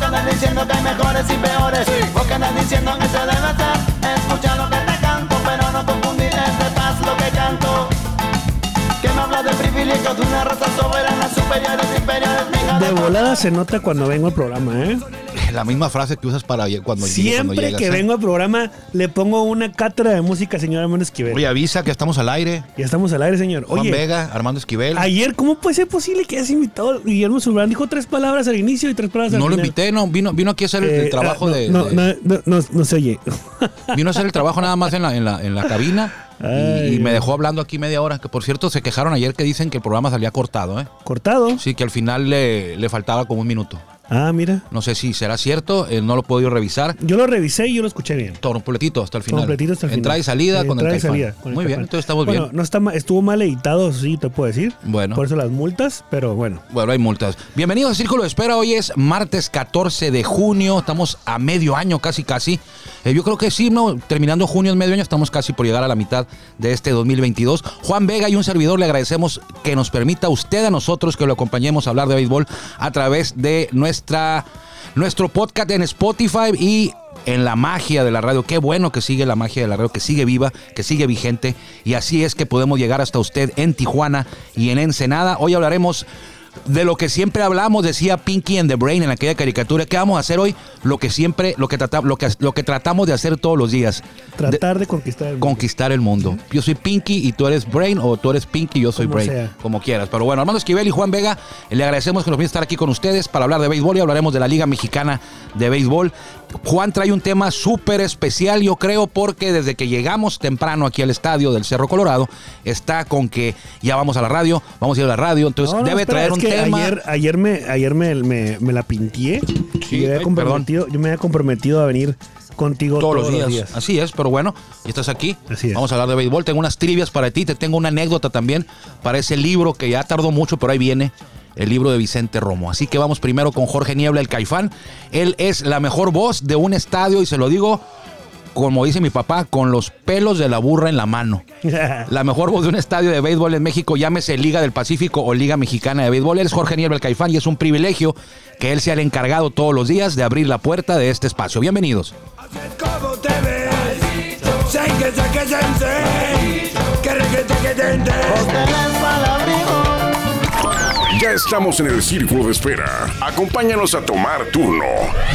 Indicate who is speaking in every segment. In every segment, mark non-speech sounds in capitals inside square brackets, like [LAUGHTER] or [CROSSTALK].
Speaker 1: sabiendo que hay mejores y peores. Vos que andas diciendo que se debe hacer. Escucha lo que te canto, pero no confundir entre paz lo que canto. Que me habla de privilegios de una raza soberana, superiores, inferiores, mi hija
Speaker 2: De volada se nota cuando vengo al programa, ¿eh?
Speaker 3: La misma frase que usas para cuando, cuando
Speaker 2: Siempre
Speaker 3: llegas,
Speaker 2: que
Speaker 3: ¿eh?
Speaker 2: vengo al programa le pongo una cátedra de música, señora Armando Esquivel.
Speaker 3: Oye, avisa que estamos al aire.
Speaker 2: ya estamos al aire, señor.
Speaker 3: Juan
Speaker 2: Oye,
Speaker 3: Vega, Armando Esquivel.
Speaker 2: ayer, ¿cómo puede ser posible que hayas invitado a Guillermo Zulbarán? Dijo tres palabras al inicio y tres palabras al
Speaker 4: No lo
Speaker 2: final.
Speaker 4: invité, no, vino, vino aquí a hacer el, el
Speaker 2: Eh,
Speaker 4: trabajo
Speaker 2: ah, no,
Speaker 4: de,
Speaker 2: No,
Speaker 4: de-
Speaker 2: no, no, no- no se oye. [LAUGHS]
Speaker 4: Vino a hacer el trabajo nada más en la, en la, en la cabina. y-
Speaker 2: Ay,
Speaker 4: y, me dejó hablando aquí media hora. Que por cierto, se quejaron ayer que dicen que el programa salía cortado, ¿eh?
Speaker 2: Cortado.
Speaker 4: Sí, que al final le, le faltaba como un minuto.
Speaker 2: Ah, mira.
Speaker 4: No sé si será cierto, eh, no lo he podido revisar.
Speaker 2: Yo lo revisé y yo lo escuché bien.
Speaker 4: Completito hasta el final.
Speaker 2: Completito hasta el final.
Speaker 4: Entrada y salida
Speaker 2: Sí,
Speaker 4: con el
Speaker 2: entrada y
Speaker 4: Caifán.
Speaker 2: salida con el
Speaker 4: Muy bien,
Speaker 2: Caifán.
Speaker 4: entonces estamos
Speaker 2: Bueno,
Speaker 4: bien.
Speaker 2: No está ma- estuvo mal editado, sí, te puedo decir.
Speaker 4: Bueno.
Speaker 2: Por eso las multas, pero bueno.
Speaker 4: Bueno, hay multas. Bienvenidos a Círculo de Espera. Hoy es martes 14 de junio. Estamos a medio año, casi, casi. Eh, yo creo que sí, ¿no? terminando junio en medio año, estamos casi por llegar a la mitad de este 2022. Juan Vega y un servidor le agradecemos que nos permita a usted, a nosotros, que lo acompañemos a hablar de béisbol a través de nuestra, nuestro podcast en Spotify y en la magia de la radio. Qué bueno que sigue la magia de la radio, que sigue viva, que sigue vigente. Y así es que podemos llegar hasta usted en Tijuana y en Ensenada. Hoy hablaremos de lo que siempre hablamos, decía Pinky and the Brain en aquella caricatura. ¿Qué vamos a hacer hoy? Lo que siempre, lo que, trata- lo que, lo que tratamos de hacer todos los días. De-
Speaker 2: Tratar de, conquistar el mundo.
Speaker 4: conquistar el mundo. Yo soy Pinky y tú eres Brain, o tú eres Pinky y yo soy
Speaker 2: Como
Speaker 4: Brain.
Speaker 2: sea.
Speaker 4: Como quieras. Pero bueno, Armando Esquivel y Juan Vega, le agradecemos que nos vienen a estar aquí con ustedes para hablar de béisbol y hablaremos de la Liga Mexicana de Béisbol. Juan trae un tema súper especial, yo creo, porque desde que llegamos temprano aquí al estadio del Cerro Colorado, está con que ya vamos a la radio, vamos a ir a la radio, entonces
Speaker 2: No, no,
Speaker 4: Pues debe
Speaker 2: espera,
Speaker 4: traer
Speaker 2: es
Speaker 4: un
Speaker 2: que
Speaker 4: tema.
Speaker 2: Ayer, ayer, me, ayer me, me- me la pintié.
Speaker 4: Sí,
Speaker 2: y yo, había
Speaker 4: ay,
Speaker 2: comprometido, yo me había comprometido a venir contigo
Speaker 4: todos, los, días. Así es, pero bueno, ya estás aquí.
Speaker 2: Así es.
Speaker 4: Vamos a hablar de béisbol. Tengo unas trivias para ti, te tengo una anécdota también para ese libro que ya tardó mucho, pero ahí viene. El libro de Vicente Romo. Así que vamos primero con Jorge Niebla, el Caifán. Él es la mejor voz de un estadio y se lo digo, como dice mi papá, con los pelos de la burra en la mano. La mejor voz de un estadio de béisbol en México, llámese Liga del Pacífico o Liga Mexicana de Béisbol, es Jorge Niebla el Caifán y es un privilegio que él sea el encargado todos los días de abrir la puerta de este espacio. Bienvenidos.
Speaker 5: Así es como te ves. Sénquese, que sense. Que requete, que tente.
Speaker 1: Tenés palabrijo.
Speaker 6: Ya estamos en el círculo de espera. Acompáñanos a tomar turno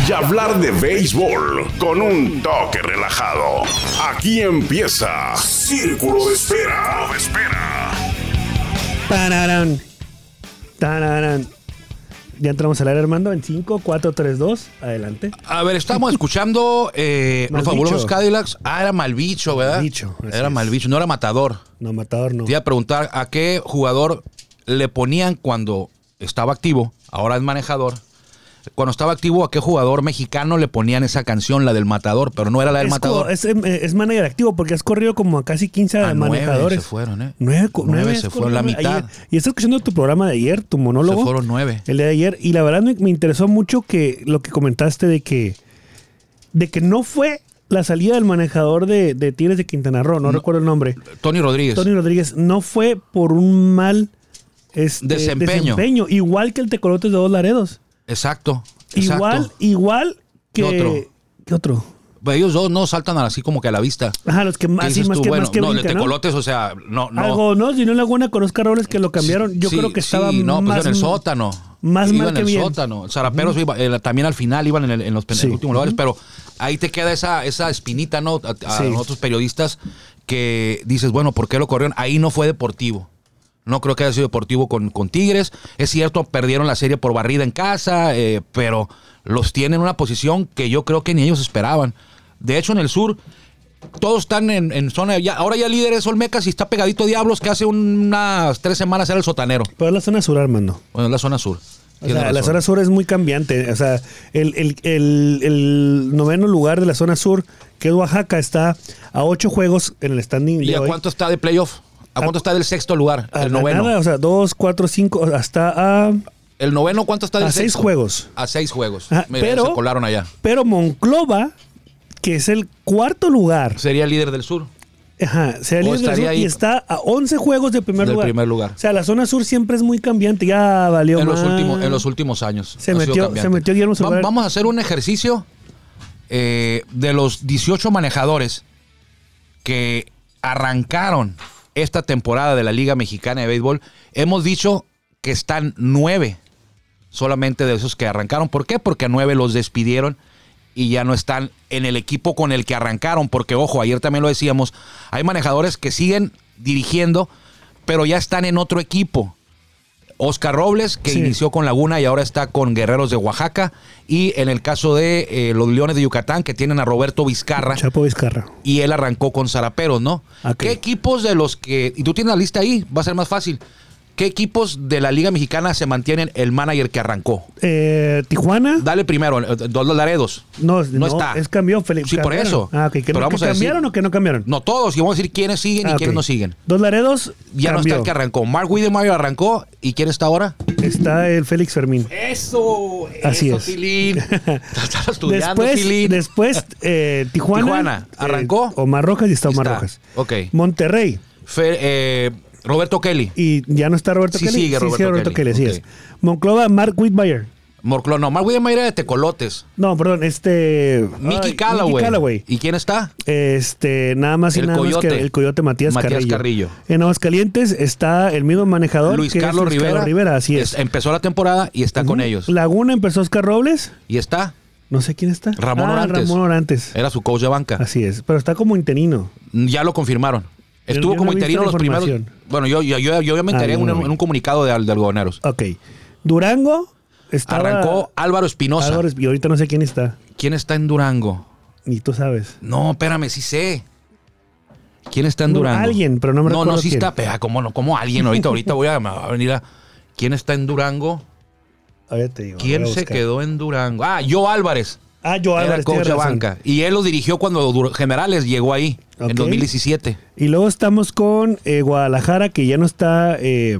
Speaker 6: y hablar de béisbol con un toque relajado. Aquí empieza Círculo de Espera. Círculo de espera.
Speaker 2: [LAUGHS] Tararán. Tararán. Ya entramos al aire, Armando, en 5, 4, 3, 2. Adelante.
Speaker 4: A
Speaker 2: [LAUGHS]
Speaker 4: ver, estamos escuchando eh, Los
Speaker 2: Malbicho.
Speaker 4: Fabulosos Cadillacs. Ah, era Malbicho, ¿verdad?
Speaker 2: Malbicho, así
Speaker 4: Era
Speaker 2: es.
Speaker 4: Malbicho, no era Matador.
Speaker 2: No, matador no.
Speaker 4: Te iba a preguntar a qué jugador le ponían cuando estaba activo, ahora es manejador. Cuando estaba activo, ¿a qué jugador mexicano le ponían esa canción, la del Matador? Pero no era la del
Speaker 2: es, co-
Speaker 4: Matador.
Speaker 2: es, em, eh, es manager activo porque has corrido como a casi 15
Speaker 4: A Ah, nueve
Speaker 2: manejadores.
Speaker 4: se fueron, ¿eh?
Speaker 2: Nueve, co-
Speaker 4: Nueve
Speaker 2: nueve
Speaker 4: se
Speaker 2: has
Speaker 4: fueron, la
Speaker 2: corrido,
Speaker 4: mitad.
Speaker 2: ayer. Y estás escuchando tu programa de ayer, tu monólogo.
Speaker 4: Se fueron nueve.
Speaker 2: El día de ayer. Y la verdad me, me interesó mucho que lo que comentaste de que, de que no fue la salida del manejador de, de Tigres de Quintana Roo, no, recuerdo el nombre.
Speaker 4: Tony Rodríguez.
Speaker 2: Tony Rodríguez no fue por un mal este,
Speaker 4: Desempeño.
Speaker 2: desempeño, Igual que el Tecolotes de Dos Laredos.
Speaker 4: Exacto. exacto.
Speaker 2: Igual, igual que.
Speaker 4: ¿Qué otro?
Speaker 2: ¿Qué otro?
Speaker 4: Pero ellos dos no saltan así como que a la vista.
Speaker 2: Ajá, los que
Speaker 4: ¿Qué
Speaker 2: más, sí,
Speaker 4: dices
Speaker 2: más
Speaker 4: tú?
Speaker 2: que,
Speaker 4: Bueno,
Speaker 2: más que
Speaker 4: no, de
Speaker 2: brincan, ¿no?
Speaker 4: tecolotes, o sea, no, no.
Speaker 2: Algo, ¿no? Si no la buena conozca roles que lo cambiaron. Yo
Speaker 4: Sí,
Speaker 2: creo que
Speaker 4: sí,
Speaker 2: estaba
Speaker 4: no,
Speaker 2: más
Speaker 4: pues en el sótano.
Speaker 2: más
Speaker 4: iban
Speaker 2: mal
Speaker 4: en
Speaker 2: que
Speaker 4: el
Speaker 2: bien.
Speaker 4: sótano. Zaraperos iba- eh, también al final iban en, el- en los pen-
Speaker 2: Sí.
Speaker 4: últimos lugares, pero ahí te queda esa, esa espinita, ¿no? A, a
Speaker 2: Sí.
Speaker 4: nosotros periodistas que dices, bueno, ¿por qué lo corrieron? Ahí no fue deportivo. No creo que haya sido deportivo con, con Tigres. Es cierto, perdieron la serie por barrida en casa, eh, pero los tienen en una posición que yo creo que ni ellos esperaban. De hecho, en el sur, todos están en, en zona de. ya- ahora ya líderes Olmecas y está pegadito Diablos, que hace unas tres semanas era el sotanero.
Speaker 2: Pero la zona sur, Armando.
Speaker 4: Bueno, es la zona sur.
Speaker 2: O
Speaker 4: Tienes
Speaker 2: sea, la
Speaker 4: razón.
Speaker 2: zona sur es muy cambiante. O sea, el, el- el- el noveno lugar de la zona sur, que es Oaxaca, está a ocho juegos en el standing.
Speaker 4: ¿Y
Speaker 2: de
Speaker 4: a
Speaker 2: hoy.
Speaker 4: cuánto está de playoff? ¿A cuánto está del sexto lugar?
Speaker 2: A
Speaker 4: el
Speaker 2: la
Speaker 4: noveno.
Speaker 2: nada, o sea, dos, cuatro, cinco, hasta a,
Speaker 4: ¿El noveno cuánto está del
Speaker 2: a seis
Speaker 4: sexto?
Speaker 2: juegos.
Speaker 4: A seis juegos.
Speaker 2: Ajá,
Speaker 4: Mira,
Speaker 2: pero-
Speaker 4: se colaron allá.
Speaker 2: Pero Monclova, que es el cuarto lugar,
Speaker 4: Sería el líder del sur.
Speaker 2: Ajá, sea
Speaker 4: O
Speaker 2: líder de la
Speaker 4: estaría
Speaker 2: zona
Speaker 4: ahí-
Speaker 2: y está a 11 juegos de primer
Speaker 4: Del
Speaker 2: lugar.
Speaker 4: primer lugar.
Speaker 2: O sea, la zona sur siempre es muy cambiante. Ya valió
Speaker 4: en los,
Speaker 2: más.
Speaker 4: últimos, en los últimos años.
Speaker 2: Se
Speaker 4: ha sido
Speaker 2: metió-
Speaker 4: cambiante.
Speaker 2: se metió Guillermo
Speaker 4: Va-
Speaker 2: Soler.
Speaker 4: Vamos a hacer un ejercicio eh, de los 18 manejadores que arrancaron esta temporada de la Liga Mexicana de Béisbol. Hemos dicho que están nueve solamente de esos que arrancaron. ¿Por qué? Porque a nueve los despidieron y ya no están en el equipo con el que arrancaron. Porque, ojo, ayer también lo decíamos, hay manejadores que siguen dirigiendo, pero ya están en otro equipo. Oscar Robles, que
Speaker 2: Sí.
Speaker 4: inició con Laguna y ahora está con Guerreros de Oaxaca. Y en el caso de eh, los Leones de Yucatán, que tienen a Roberto Vizcarra
Speaker 2: Chapo Vizcarra.
Speaker 4: y él arrancó con Zaraperos, ¿no?
Speaker 2: Ah, Ok.
Speaker 4: ¿Qué equipos de los que. Y tú tienes la lista ahí, va a ser más fácil. ¿Qué equipos de la Liga Mexicana se mantienen el manager que arrancó?
Speaker 2: Eh, Tijuana.
Speaker 4: Dale primero, eh, dos Laredos.
Speaker 2: no,
Speaker 4: no está.
Speaker 2: Es cambió Felipe.
Speaker 4: Sí, por
Speaker 2: cambiaron.
Speaker 4: eso.
Speaker 2: Ah, ok. ¿Que,
Speaker 4: Pero
Speaker 2: no-
Speaker 4: vamos
Speaker 2: que
Speaker 4: a decir-
Speaker 2: cambiaron o que no cambiaron?
Speaker 4: No todos, y vamos a decir quiénes siguen
Speaker 2: Ah,
Speaker 4: y
Speaker 2: ok.
Speaker 4: quiénes no siguen.
Speaker 2: Dos Laredos.
Speaker 4: Ya no está el que
Speaker 2: cambió.
Speaker 4: arrancó. Mark Widemayer arrancó. ¿Y quién está ahora?
Speaker 2: Está el Félix Fermín.
Speaker 4: Eso.
Speaker 2: Así
Speaker 4: eso,
Speaker 2: es. [LAUGHS]
Speaker 4: Tilín. Estás estudiando,
Speaker 2: Después,
Speaker 4: Tilín.
Speaker 2: después
Speaker 4: [LAUGHS]
Speaker 2: eh, Tijuana.
Speaker 4: Tijuana, arrancó.
Speaker 2: Omar Rojas y está Omar
Speaker 4: Está,
Speaker 2: Rojas.
Speaker 4: ok.
Speaker 2: Monterrey.
Speaker 4: Fer- eh, Roberto Kelly.
Speaker 2: Y ya no está Roberto
Speaker 4: Sí
Speaker 2: Kelly.
Speaker 4: sigue Roberto Kelly,
Speaker 2: sí
Speaker 4: ok.
Speaker 2: es. Monclova, Mark Whitmire.
Speaker 4: Morclo, no, Mark Widemayer era de Tecolotes.
Speaker 2: No, perdón, este. ay,
Speaker 4: Mickey Callaway.
Speaker 2: Mickey Callaway.
Speaker 4: ¿Y quién está?
Speaker 2: Este, nada más y
Speaker 4: El
Speaker 2: nada
Speaker 4: Coyote.
Speaker 2: más que el coyote Matías,
Speaker 4: Matías Carrillo.
Speaker 2: En Aguascalientes está el mismo manejador.
Speaker 4: Luis
Speaker 2: que es
Speaker 4: Carlos Rivera.
Speaker 2: Carlos Rivera, así es.
Speaker 4: Es- Empezó la temporada y está con ellos.
Speaker 2: Laguna empezó Oscar Robles.
Speaker 4: Y está,
Speaker 2: No sé quién está.
Speaker 4: Ramón
Speaker 2: Ah,
Speaker 4: Orantes. Eh.
Speaker 2: Ramón Orantes.
Speaker 4: era su coach de banca.
Speaker 2: Así es, pero está como interino.
Speaker 4: Ya lo confirmaron.
Speaker 2: Yo-
Speaker 4: Estuvo
Speaker 2: yo no
Speaker 4: como
Speaker 2: he visto
Speaker 4: interino
Speaker 2: la
Speaker 4: los primeros.
Speaker 2: información.
Speaker 4: Bueno, yo, yo, yo, yo me
Speaker 2: Ah,
Speaker 4: enteré
Speaker 2: yo
Speaker 4: en, un,
Speaker 2: no vi.
Speaker 4: en un comunicado de, al- de algodoneros.
Speaker 2: Ok. Durango estaba-
Speaker 4: Arrancó Álvaro Espinosa.
Speaker 2: Álvarez, y ahorita no sé quién está.
Speaker 4: ¿Quién está en Durango?
Speaker 2: Ni tú sabes.
Speaker 4: No, espérame, sí sé. ¿Quién está en
Speaker 2: No,
Speaker 4: Durango?
Speaker 2: alguien, pero no me
Speaker 4: No, no,
Speaker 2: recuerdo
Speaker 4: sí
Speaker 2: quién.
Speaker 4: está. Pero, ah, ¿cómo no? ¿Cómo alguien? Ahorita, ahorita voy a, me va a venir a. ¿Quién está
Speaker 2: [LAUGHS]
Speaker 4: en Durango?
Speaker 2: Ahora te digo,
Speaker 4: ¿Quién
Speaker 2: voy a
Speaker 4: se
Speaker 2: buscar.
Speaker 4: quedó en Durango? Ah, Joe Álvarez.
Speaker 2: Ah, yo
Speaker 4: era
Speaker 2: Álvarez.
Speaker 4: coach
Speaker 2: tienes
Speaker 4: de
Speaker 2: razón.
Speaker 4: banca. Y él lo dirigió cuando Dur- Generales llegó ahí,
Speaker 2: Ok.
Speaker 4: en 2017.
Speaker 2: Y luego estamos con eh, Guadalajara, que ya no está. eh,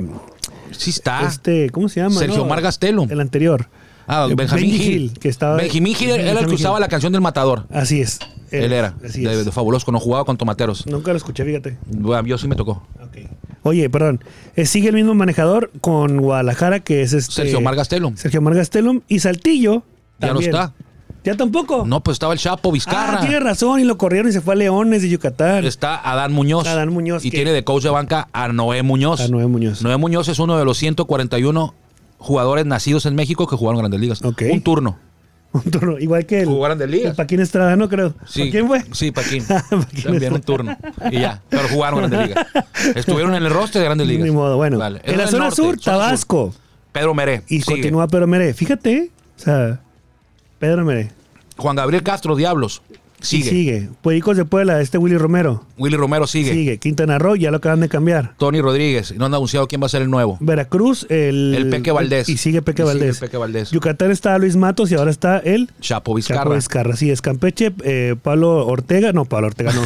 Speaker 4: Sí está.
Speaker 2: Este, ¿cómo se llama?
Speaker 4: Ah, Sergio
Speaker 2: no?
Speaker 4: Omar Gastello.
Speaker 2: El anterior.
Speaker 4: ah,
Speaker 2: Eh,
Speaker 4: Benjamín
Speaker 2: Benji
Speaker 4: Gil.
Speaker 2: que estaba.
Speaker 4: Benjamín Gil era el que
Speaker 2: Benjamín
Speaker 4: usaba
Speaker 2: Gil.
Speaker 4: la canción del Matador.
Speaker 2: Así es.
Speaker 4: Él, era.
Speaker 2: Así
Speaker 4: de,
Speaker 2: es.
Speaker 4: de Fabuloso, cuando jugaba con Tomateros.
Speaker 2: Nunca lo escuché, fíjate.
Speaker 4: Bueno, yo sí me tocó.
Speaker 2: Oye, perdón. Eh, sigue el mismo manejador con Guadalajara, que es este.
Speaker 4: Sergio Omar Gastello.
Speaker 2: Sergio Omar Gastelum. Y Saltillo.
Speaker 4: Ya no
Speaker 2: también.
Speaker 4: está.
Speaker 2: Ya tampoco.
Speaker 4: No, pues estaba el Chapo Vizcarra.
Speaker 2: Ah, tiene razón. Y lo corrieron y se fue a Leones de Yucatán.
Speaker 4: Está Adán Muñoz.
Speaker 2: Adán Muñoz,
Speaker 4: Y
Speaker 2: que-
Speaker 4: tiene de coach de banca a Noé Muñoz.
Speaker 2: A Ah, Noé Muñoz. [LAUGHS]
Speaker 4: Noé Muñoz es uno de los 141 jugadores nacidos en México que jugaron grandes ligas.
Speaker 2: Ok.
Speaker 4: Un turno.
Speaker 2: Un turno, Igual que el.
Speaker 4: Jugaron de liga.
Speaker 2: el Paquín Estrada, no creo.
Speaker 4: Sí,
Speaker 2: ¿Paquín fue? [LAUGHS]
Speaker 4: Sí, Paquín.
Speaker 2: Paquín
Speaker 4: También
Speaker 2: está.
Speaker 4: un turno. Y ya. Pero jugaron Grandes
Speaker 2: [LAUGHS]
Speaker 4: Ligas. Estuvieron en el roster de Grandes Ligas.
Speaker 2: Ni modo, bueno.
Speaker 4: Vale.
Speaker 2: En la
Speaker 4: Eso
Speaker 2: zona
Speaker 4: del norte,
Speaker 2: sur, Tabasco.
Speaker 4: Pedro Meré.
Speaker 2: Y
Speaker 4: sigue.
Speaker 2: continúa Pedro Meré. Fíjate, ¿eh? o sea, Pedro Meré.
Speaker 4: Juan Gabriel Castro, Diablos.
Speaker 2: Y
Speaker 4: Sigue.
Speaker 2: sigue. Puericos de Puebla, este Willy Romero.
Speaker 4: Willy Romero sigue.
Speaker 2: Sigue. Quintana Roo, ya lo acaban de cambiar.
Speaker 4: Tony Rodríguez. No han anunciado quién va a ser el nuevo.
Speaker 2: Veracruz, el.
Speaker 4: El Peque Valdés.
Speaker 2: Y sigue Peque
Speaker 4: Y sigue
Speaker 2: Valdés.
Speaker 4: el Peque Valdés.
Speaker 2: Yucatán está Luis Matos y ahora está el.
Speaker 4: Chapo Vizcarra.
Speaker 2: Chaco Vizcarra. Sí, es Campeche, eh, Pablo Ortega. No, Pablo Ortega,
Speaker 4: [LAUGHS]
Speaker 2: no.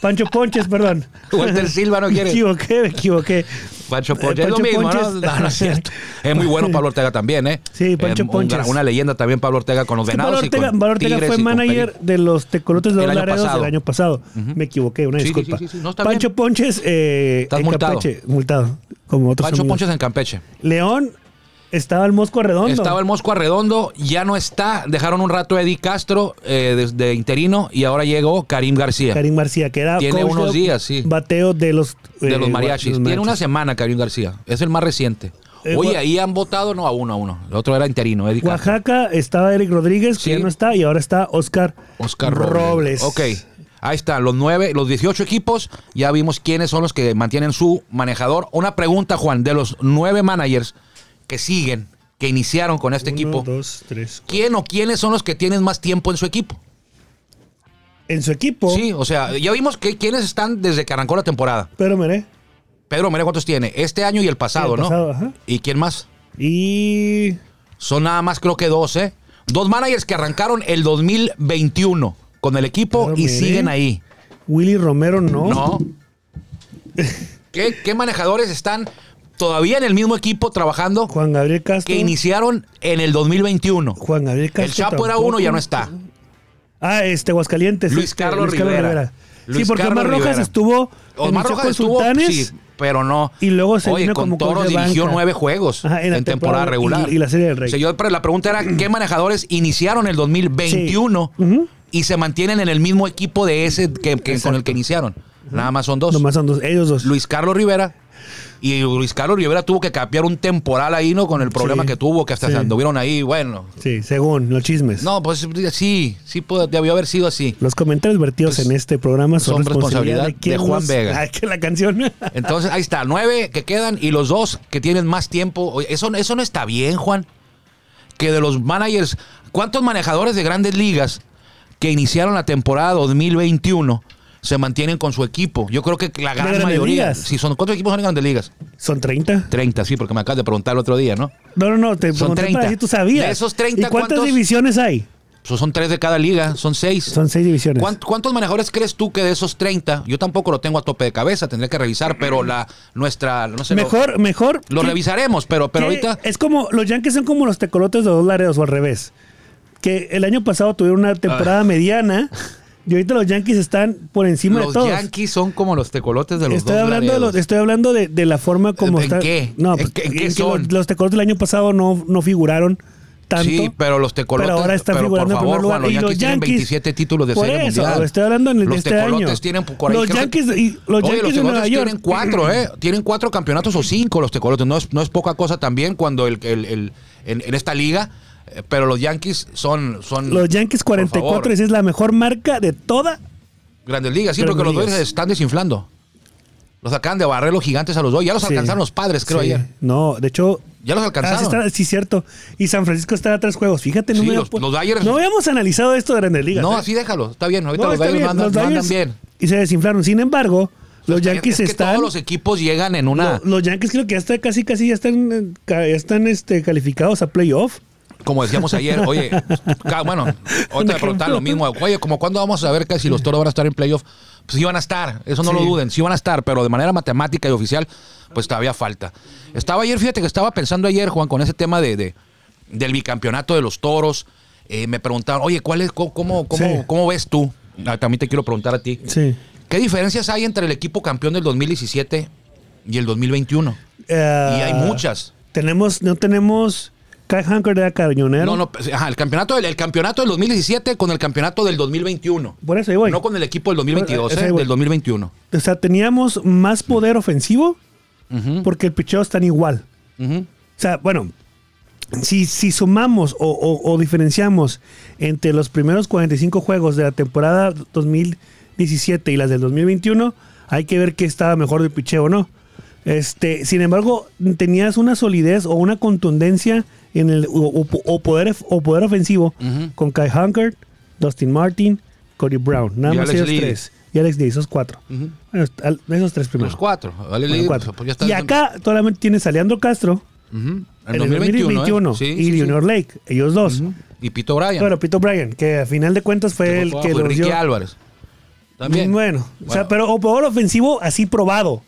Speaker 2: Pancho Ponches, perdón.
Speaker 4: Walter Silva
Speaker 2: [LAUGHS]
Speaker 4: no
Speaker 2: Me
Speaker 4: quiere.
Speaker 2: equivoqué, me equivoqué.
Speaker 4: Pancho
Speaker 2: Eh,
Speaker 4: Ponche. es lo
Speaker 2: Pancho
Speaker 4: mismo, ¿no?
Speaker 2: Ponches.
Speaker 4: No, no es
Speaker 2: [LAUGHS]
Speaker 4: cierto. Es muy bueno Pablo Ortega también, ¿eh?
Speaker 2: Sí, Pancho
Speaker 4: Eh, un
Speaker 2: Ponches.
Speaker 4: gran- Una leyenda también Pablo Ortega con los
Speaker 2: Es que
Speaker 4: venados
Speaker 2: Pablo Ortega,
Speaker 4: y con
Speaker 2: Pablo Ortega
Speaker 4: Tigres
Speaker 2: fue
Speaker 4: y con
Speaker 2: manager
Speaker 4: Pelicans.
Speaker 2: de los tecolotes de
Speaker 4: El
Speaker 2: los
Speaker 4: año
Speaker 2: Laredos
Speaker 4: pasado.
Speaker 2: del año pasado.
Speaker 4: Ujú.
Speaker 2: Me equivoqué, una
Speaker 4: Sí,
Speaker 2: disculpa.
Speaker 4: sí, sí, sí, no, está
Speaker 2: Pancho
Speaker 4: bien.
Speaker 2: Ponches, eh,
Speaker 4: Estás
Speaker 2: en
Speaker 4: multado.
Speaker 2: Campeche, multado, como otros
Speaker 4: Pancho
Speaker 2: amigos.
Speaker 4: Ponches en Campeche.
Speaker 2: León, estaba el Mosco Redondo.
Speaker 4: Estaba el Mosco Arredondo, ya no está. Dejaron un rato a Eddie Castro eh, desde interino y ahora llegó Karim García.
Speaker 2: Karim García, que era
Speaker 4: Tiene
Speaker 2: coach
Speaker 4: unos
Speaker 2: de
Speaker 4: días, sí.
Speaker 2: bateo de los,
Speaker 4: de
Speaker 2: eh,
Speaker 4: los mariachis. Tiene una semana Karim García. Es el más reciente.
Speaker 2: Eh,
Speaker 4: Oye,
Speaker 2: Gua-
Speaker 4: ahí han votado, no, a uno, a uno. El otro era interino, Eddie Castro.
Speaker 2: Oaxaca estaba Eric Rodríguez,
Speaker 4: Sí.
Speaker 2: que ya no está, y ahora está Oscar,
Speaker 4: Oscar Robles. Ok. Ahí están los nueve, los 18 equipos. Ya vimos quiénes son los que mantienen su manejador. Una pregunta, Juan, de los nueve managers que siguen, que iniciaron con este
Speaker 2: Uno,
Speaker 4: equipo,
Speaker 2: dos, tres.
Speaker 4: ¿quién o quiénes son los que tienen más tiempo en su equipo?
Speaker 2: En su equipo,
Speaker 4: Sí, o sea, ya vimos que quiénes están desde que arrancó la temporada.
Speaker 2: pero mire,
Speaker 4: Pedro, mira cuántos tiene. Este año y el pasado,
Speaker 2: El pasado,
Speaker 4: ¿no?
Speaker 2: ajá.
Speaker 4: ¿Y quién más?
Speaker 2: y
Speaker 4: Son nada más creo que dos, ¿eh? Dos managers que arrancaron el 2021 con el equipo
Speaker 2: Pedro
Speaker 4: y
Speaker 2: Meré.
Speaker 4: siguen ahí.
Speaker 2: Willy Romero no.
Speaker 4: No. [LAUGHS] ¿Qué, qué manejadores están todavía en el mismo equipo trabajando
Speaker 2: Juan Gabriel Castro.
Speaker 4: que iniciaron en el 2021?
Speaker 2: Juan Gabriel Castro.
Speaker 4: El Chapo era
Speaker 2: tampoco.
Speaker 4: uno, ya no está.
Speaker 2: Ah, este, Aguascalientes.
Speaker 4: Luis
Speaker 2: este,
Speaker 4: Carlos Rivera. Luis
Speaker 2: sí, porque
Speaker 4: Carlos
Speaker 2: Omar Rojas
Speaker 4: Rivera.
Speaker 2: estuvo
Speaker 4: Omar
Speaker 2: inició
Speaker 4: Rojas
Speaker 2: con
Speaker 4: estuvo, pues,
Speaker 2: Sultanes.
Speaker 4: sí, pero no.
Speaker 2: y luego se
Speaker 4: Oye,
Speaker 2: vino
Speaker 4: con
Speaker 2: como coach
Speaker 4: Toros
Speaker 2: de
Speaker 4: dirigió
Speaker 2: banca.
Speaker 4: nueve juegos
Speaker 2: Ajá,
Speaker 4: en,
Speaker 2: en la
Speaker 4: temporada,
Speaker 2: temporada y-
Speaker 4: regular.
Speaker 2: y la Serie del Rey.
Speaker 4: O sea, yo- pero la pregunta era,
Speaker 2: [CLEARS THROAT]
Speaker 4: ¿qué manejadores iniciaron el 2021
Speaker 2: Sí. Ujú.
Speaker 4: y se mantienen en el mismo equipo de ese que, que- con el que iniciaron? Nada más son dos.
Speaker 2: Nomás son dos, ellos dos.
Speaker 4: Luis Carlos Rivera. Y Luis Carlos Rivera tuvo que cambiar un temporal ahí, ¿no? Con el problema
Speaker 2: Sí,
Speaker 4: que tuvo, que hasta
Speaker 2: sí.
Speaker 4: se anduvieron ahí. Bueno,
Speaker 2: Sí, según los chismes.
Speaker 4: no, pues sí, sí pudo- debió haber sido así.
Speaker 2: Los comentarios vertidos
Speaker 4: Pues,
Speaker 2: en este programa son,
Speaker 4: son
Speaker 2: responsabilidad,
Speaker 4: responsabilidad
Speaker 2: quien
Speaker 4: de Juan
Speaker 2: los- [LAUGHS]
Speaker 4: Vega.
Speaker 2: Ah, que la canción.
Speaker 4: Entonces, ahí está, nueve que quedan y los dos que tienen más tiempo. Oye, Eso, eso no está bien, Juan. Que de los managers, ¿cuántos manejadores de grandes ligas que iniciaron la temporada 2021 se mantienen con su equipo? Yo creo que la gran
Speaker 2: Grandes
Speaker 4: mayoría.
Speaker 2: Ligas?
Speaker 4: Si son, ¿Cuántos equipos son en grandes ligas?
Speaker 2: son 30.
Speaker 4: 30, sí, porque me acabas de preguntar el otro día, ¿no?
Speaker 2: No, no, no, te
Speaker 4: Son
Speaker 2: pregunté
Speaker 4: 30.
Speaker 2: para si tú sabías.
Speaker 4: De esos 30,
Speaker 2: ¿Y cuántas
Speaker 4: ¿cuántos?
Speaker 2: divisiones hay?
Speaker 4: So, son tres de cada liga, son seis.
Speaker 2: Son seis divisiones.
Speaker 4: ¿Cuán- ¿Cuántos manejadores crees tú que de esos 30? Yo tampoco lo tengo a tope de cabeza, tendré que revisar, pero la nuestra, no sé, lo-
Speaker 2: mejor, mejor.
Speaker 4: lo,
Speaker 2: que-
Speaker 4: revisaremos, pero, pero
Speaker 2: que
Speaker 4: ahorita
Speaker 2: Es como, los Yankees son como los tecolotes de dólares o al revés. Que el año pasado tuvieron una
Speaker 4: Ah.
Speaker 2: temporada mediana y ahorita los Yankees están por encima de
Speaker 4: los
Speaker 2: todos.
Speaker 4: Yankees son como los tecolotes de los
Speaker 2: Estoy
Speaker 4: dos
Speaker 2: hablando, de
Speaker 4: laredos.
Speaker 2: los- estoy hablando de, de la forma como
Speaker 4: ¿En
Speaker 2: están.
Speaker 4: qué?
Speaker 2: No,
Speaker 4: ¿En
Speaker 2: pues,
Speaker 4: qué- en qué
Speaker 2: es que
Speaker 4: son?
Speaker 2: Los, los tecolotes del año pasado no, no figuraron tanto.
Speaker 4: Sí, pero los tecolotes.
Speaker 2: Pero ahora están
Speaker 4: pero
Speaker 2: figurando
Speaker 4: por
Speaker 2: en
Speaker 4: favor,
Speaker 2: primer lugar.
Speaker 4: Juan, los
Speaker 2: Y
Speaker 4: Yankees,
Speaker 2: los
Speaker 4: tienen
Speaker 2: Yankees-
Speaker 4: 27 títulos de
Speaker 2: Por
Speaker 4: serie
Speaker 2: eso,
Speaker 4: mundial.
Speaker 2: estoy hablando en el de
Speaker 4: los
Speaker 2: este
Speaker 4: tecolotes
Speaker 2: año.
Speaker 4: tienen por ahí.
Speaker 2: Los
Speaker 4: creo que-
Speaker 2: Yankees y- los
Speaker 4: Oye,
Speaker 2: Yankees de Nueva
Speaker 4: tecolotes
Speaker 2: York.
Speaker 4: tienen cuatro, ¿eh? [CLEARS THROAT] Tienen cuatro campeonatos o cinco los tecolotes. No es, no es poca cosa también cuando el, el- el- en, en esta liga. eh, Pero los Yankees son. son
Speaker 2: Los Yankees
Speaker 4: por
Speaker 2: 44
Speaker 4: favor,
Speaker 2: y es la mejor marca de toda.
Speaker 4: Grandes ligas, sí,
Speaker 2: Grandes
Speaker 4: porque los
Speaker 2: ligas.
Speaker 4: Dodgers se están desinflando. Los acaban de barrer los gigantes a los dos. Ya los
Speaker 2: Sí.
Speaker 4: alcanzaron los padres, creo,
Speaker 2: Sí.
Speaker 4: ayer.
Speaker 2: No, de hecho.
Speaker 4: Ya los alcanzaron.
Speaker 2: Ah, sí, está- sí, cierto. Y San Francisco está a tres juegos. Fíjate, no,
Speaker 4: Sí,
Speaker 2: me había
Speaker 4: los-
Speaker 2: pu-
Speaker 4: los Dodgers-
Speaker 2: no habíamos analizado esto de Grandes Ligas.
Speaker 4: No,
Speaker 2: ¿eh?
Speaker 4: así déjalo. Está bien. Ahorita
Speaker 2: No,
Speaker 4: los
Speaker 2: está
Speaker 4: Dodgers
Speaker 2: bien,
Speaker 4: mandan,
Speaker 2: los
Speaker 4: mandan
Speaker 2: Dodgers-
Speaker 4: bien.
Speaker 2: Y se desinflaron. Sin embargo, los
Speaker 4: Está bien.
Speaker 2: Yankees
Speaker 4: Es que
Speaker 2: están.
Speaker 4: Todos los equipos llegan en una.
Speaker 2: lo- Los Yankees creo que ya está casi, casi ya están, eh, ca- ya están este, calificados a playoff.
Speaker 4: como decíamos ayer, oye, ca- bueno,
Speaker 2: Un
Speaker 4: otra me preguntaban lo mismo, oye, como cuándo vamos a ver que si los toros van a estar en playoff, pues sí van a estar, eso no lo
Speaker 2: Sí.
Speaker 4: duden, sí van a estar, pero de manera matemática y oficial, pues todavía falta. Estaba ayer, fíjate que estaba pensando ayer, Juan, con ese tema de, de- del bicampeonato de los toros, eh, me preguntaban, oye, ¿cuál es, cómo, cómo, cómo,
Speaker 2: Sí.
Speaker 4: cómo ves tú? Ah, También te quiero preguntar a ti.
Speaker 2: Sí.
Speaker 4: ¿Qué diferencias hay entre el equipo campeón del 2017 y el 2021? y hay muchas.
Speaker 2: Ah, Tenemos, no tenemos Kai Hanker de Cañonero.
Speaker 4: No, no, pues, ajá, el campeonato del el campeonato del 2017 con el campeonato del 2021.
Speaker 2: Por eso ahí voy.
Speaker 4: No con el equipo del 2022,
Speaker 2: Por-
Speaker 4: eh,
Speaker 2: ahí voy.
Speaker 4: del 2021.
Speaker 2: O sea, teníamos más poder ofensivo porque el picheo está igual.
Speaker 4: Ujú.
Speaker 2: O sea, bueno, si, si sumamos o, o- o diferenciamos entre los primeros 45 juegos de la temporada 2017 y las del 2021, hay que ver qué estaba mejor de picheo o no. Este, sin embargo, tenías una solidez o una contundencia en el o, o- o poder o poder ofensivo con Kai Hunkert, Dustin Martin, Cody Brown, nada
Speaker 4: Y
Speaker 2: más
Speaker 4: Alex
Speaker 2: ellos
Speaker 4: Lee.
Speaker 2: tres y Alex Lee, esos cuatro. Bueno, al- esos tres primeros.
Speaker 4: Los cuatro. Vale,
Speaker 2: Bueno,
Speaker 4: Lee,
Speaker 2: cuatro.
Speaker 4: pues ya está.
Speaker 2: y acá solamente tienes a Leandro Castro,
Speaker 4: Ujú.
Speaker 2: en el 2021,
Speaker 4: ¿eh? Sí,
Speaker 2: y
Speaker 4: sí, sí.
Speaker 2: Junior Lake, ellos dos.
Speaker 4: Y Pito Bryan.
Speaker 2: Bueno, Pito Bryan, que a final de cuentas fue el que
Speaker 4: Y
Speaker 2: los
Speaker 4: Ricky
Speaker 2: dio. Mm,
Speaker 4: Álvarez. También.
Speaker 2: Bueno, o sea,
Speaker 4: Bueno.
Speaker 2: pero o poder ofensivo así probado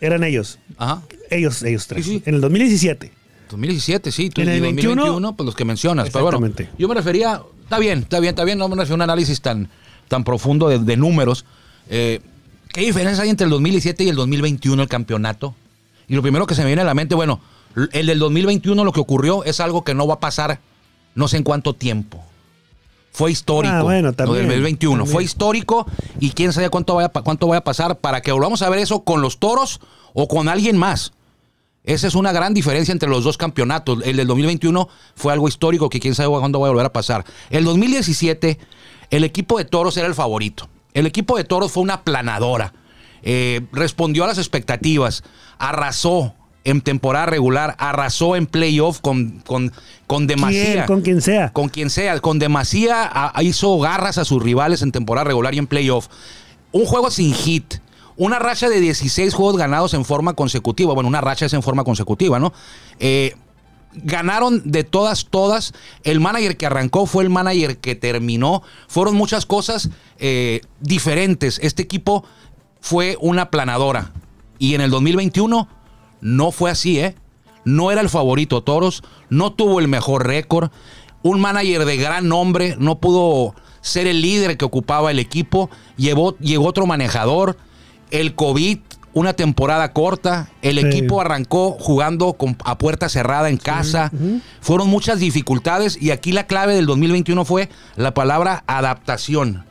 Speaker 2: eran ellos.
Speaker 4: Ajá.
Speaker 2: Ellos, ellos tres.
Speaker 4: Sí, sí.
Speaker 2: En el 2017.
Speaker 4: 2017, sí. Tú,
Speaker 2: En el
Speaker 4: y 2021,
Speaker 2: 21,
Speaker 4: pues los que mencionas. Pero bueno,
Speaker 2: Exactamente.
Speaker 4: yo me refería, está bien, está bien, está bien, no me refiero a un análisis tan, tan profundo de, de números. Eh, ¿Qué diferencia hay entre el 2017 y el 2021 el campeonato? Y lo primero que se me viene a la mente, bueno, l- el del 2021 lo que ocurrió es algo que no va a pasar no sé en cuánto tiempo. Fue histórico.
Speaker 2: Ah, bueno,
Speaker 4: Lo del
Speaker 2: también,
Speaker 4: 2021.
Speaker 2: también.
Speaker 4: Fue histórico y quién sabe cuánto vaya, pa- cuánto vaya a pasar para que volvamos a ver eso con los toros o con alguien más. Esa es una gran diferencia entre los dos campeonatos. El del 2021 fue algo histórico que quién sabe cuándo va a volver a pasar. El 2017, el equipo de toros era el favorito. El equipo de toros fue una planadora. Eh, respondió a las expectativas. Arrasó en temporada regular. Arrasó en playoff con, con, con
Speaker 2: ¿Quién?
Speaker 4: demasía.
Speaker 2: Con quien sea.
Speaker 4: Con quien sea, con demasía a- hizo garras a sus rivales en temporada regular y en playoff. Un juego sin hit. Una racha de 16 juegos ganados en forma consecutiva. Bueno, una racha es en forma consecutiva, ¿no? Eh, ganaron de todas, todas. El manager que arrancó fue el manager que terminó. Fueron muchas cosas eh, diferentes. Este equipo fue una planadora. Y en el 2021 no fue así, ¿eh? No era el favorito Toros, no tuvo el mejor récord. Un manager de gran nombre no pudo ser el líder que ocupaba el equipo. Llevó, llegó otro manejador, el COVID, una temporada corta. El
Speaker 2: Sí.
Speaker 4: equipo arrancó jugando con- a puerta cerrada en casa. Fueron muchas dificultades y aquí la clave del 2021 fue la palabra adaptación.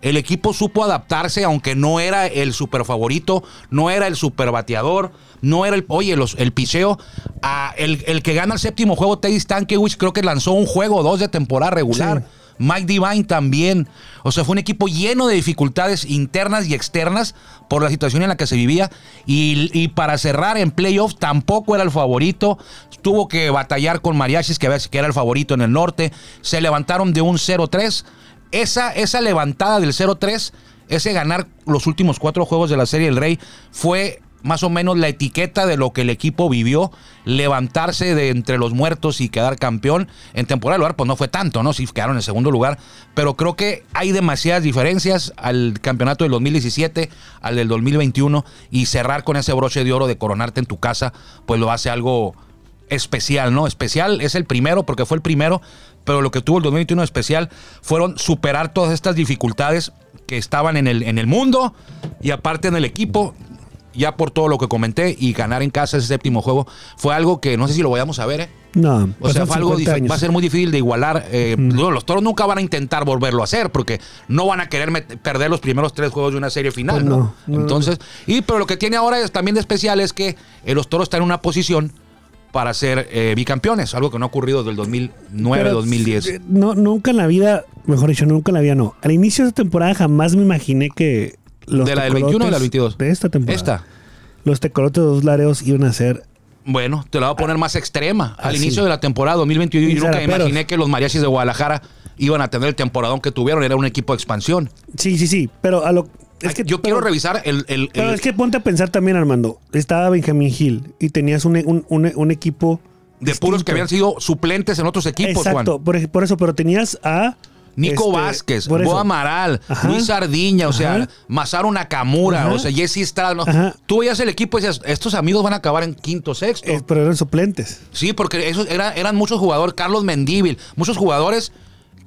Speaker 4: El equipo supo adaptarse, aunque no era el super favorito, no era el super bateador, no era el, oye, los- el picheo. Ah, el, el que gana el séptimo juego, Teddy Stankiewicz, creo que lanzó un juego o dos de temporada regular.
Speaker 2: Sí.
Speaker 4: Mike Divine también. O sea, fue un equipo lleno de dificultades internas y externas por la situación en la que se vivía. Y, y para cerrar en playoff tampoco era el favorito. Tuvo que batallar con Mariachis, que, a veces- que era el favorito en el norte. Se levantaron de un 0-3. Esa, esa levantada del 0-3, ese ganar los últimos cuatro juegos de la Serie del Rey, fue más o menos la etiqueta de lo que el equipo vivió, levantarse de entre los muertos y quedar campeón. En temporada de lugar, pues no fue tanto, ¿no? Sí quedaron en segundo lugar, pero creo que hay demasiadas diferencias al campeonato del 2017, al del 2021, y cerrar con ese broche de oro de coronarte en tu casa, pues lo hace algo especial, ¿no? Especial es el primero porque fue el primero, pero lo que tuvo el 2021 especial fueron superar todas estas dificultades que estaban en el, en el mundo y aparte en el equipo, ya por todo lo que comenté, y ganar en casa ese séptimo juego fue algo que no sé si lo vayamos a ver, ¿eh?
Speaker 2: No,
Speaker 4: O sea,
Speaker 2: pasaron
Speaker 4: fue algo
Speaker 2: 50
Speaker 4: dif-
Speaker 2: años.
Speaker 4: va a ser muy difícil de igualar. eh, no, Los toros nunca van a intentar volverlo a hacer porque no van a querer met- perder los primeros tres juegos de una serie final.
Speaker 2: Pues
Speaker 4: ¿no?
Speaker 2: no, no,
Speaker 4: Entonces, y pero lo que tiene ahora es también de especial es que eh, los toros están en una posición para ser eh, bicampeones, algo que no ha ocurrido desde el 2009,
Speaker 2: Pero,
Speaker 4: 2010.
Speaker 2: eh, No, nunca en la vida, mejor dicho, nunca en la vida no. Al inicio de esta temporada jamás me imaginé que los
Speaker 4: ¿De la del 21 o de la del 22?
Speaker 2: De esta temporada.
Speaker 4: Esta.
Speaker 2: Los tecolotes de los lareos iban a ser
Speaker 4: Bueno, te la voy a poner más extrema. Al
Speaker 2: Así.
Speaker 4: inicio de la temporada 2021 yo
Speaker 2: Mis
Speaker 4: nunca
Speaker 2: zaraperos.
Speaker 4: imaginé que los mariachis de Guadalajara iban a tener el temporadón que tuvieron. Era un equipo de expansión.
Speaker 2: Sí, sí, sí, pero a lo es
Speaker 4: Ay,
Speaker 2: que
Speaker 4: yo
Speaker 2: pero-
Speaker 4: quiero revisar el... el-
Speaker 2: Pero
Speaker 4: el-
Speaker 2: es que ponte a pensar también, Armando. Estaba Benjamín Gil y tenías un, un- un- un equipo
Speaker 4: de puros
Speaker 2: distinto.
Speaker 4: que habían sido suplentes en otros equipos,
Speaker 2: Exacto,
Speaker 4: Juan.
Speaker 2: por, ej- por eso, pero tenías a
Speaker 4: Nico
Speaker 2: este,
Speaker 4: Vázquez,
Speaker 2: por eso.
Speaker 4: Bo Amaral,
Speaker 2: Ajá.
Speaker 4: Luis Sardiña, o sea,
Speaker 2: Ajá.
Speaker 4: Masaru Nakamura,
Speaker 2: Ajá.
Speaker 4: o sea, Jesse Estrada. ¿no?
Speaker 2: Ajá.
Speaker 4: Tú veías el equipo y decías, estos amigos van a acabar en quinto, sexto.
Speaker 2: Eh, pero eran suplentes.
Speaker 4: Sí, porque esos era- eran muchos jugadores, Carlos Mendíbil, muchos jugadores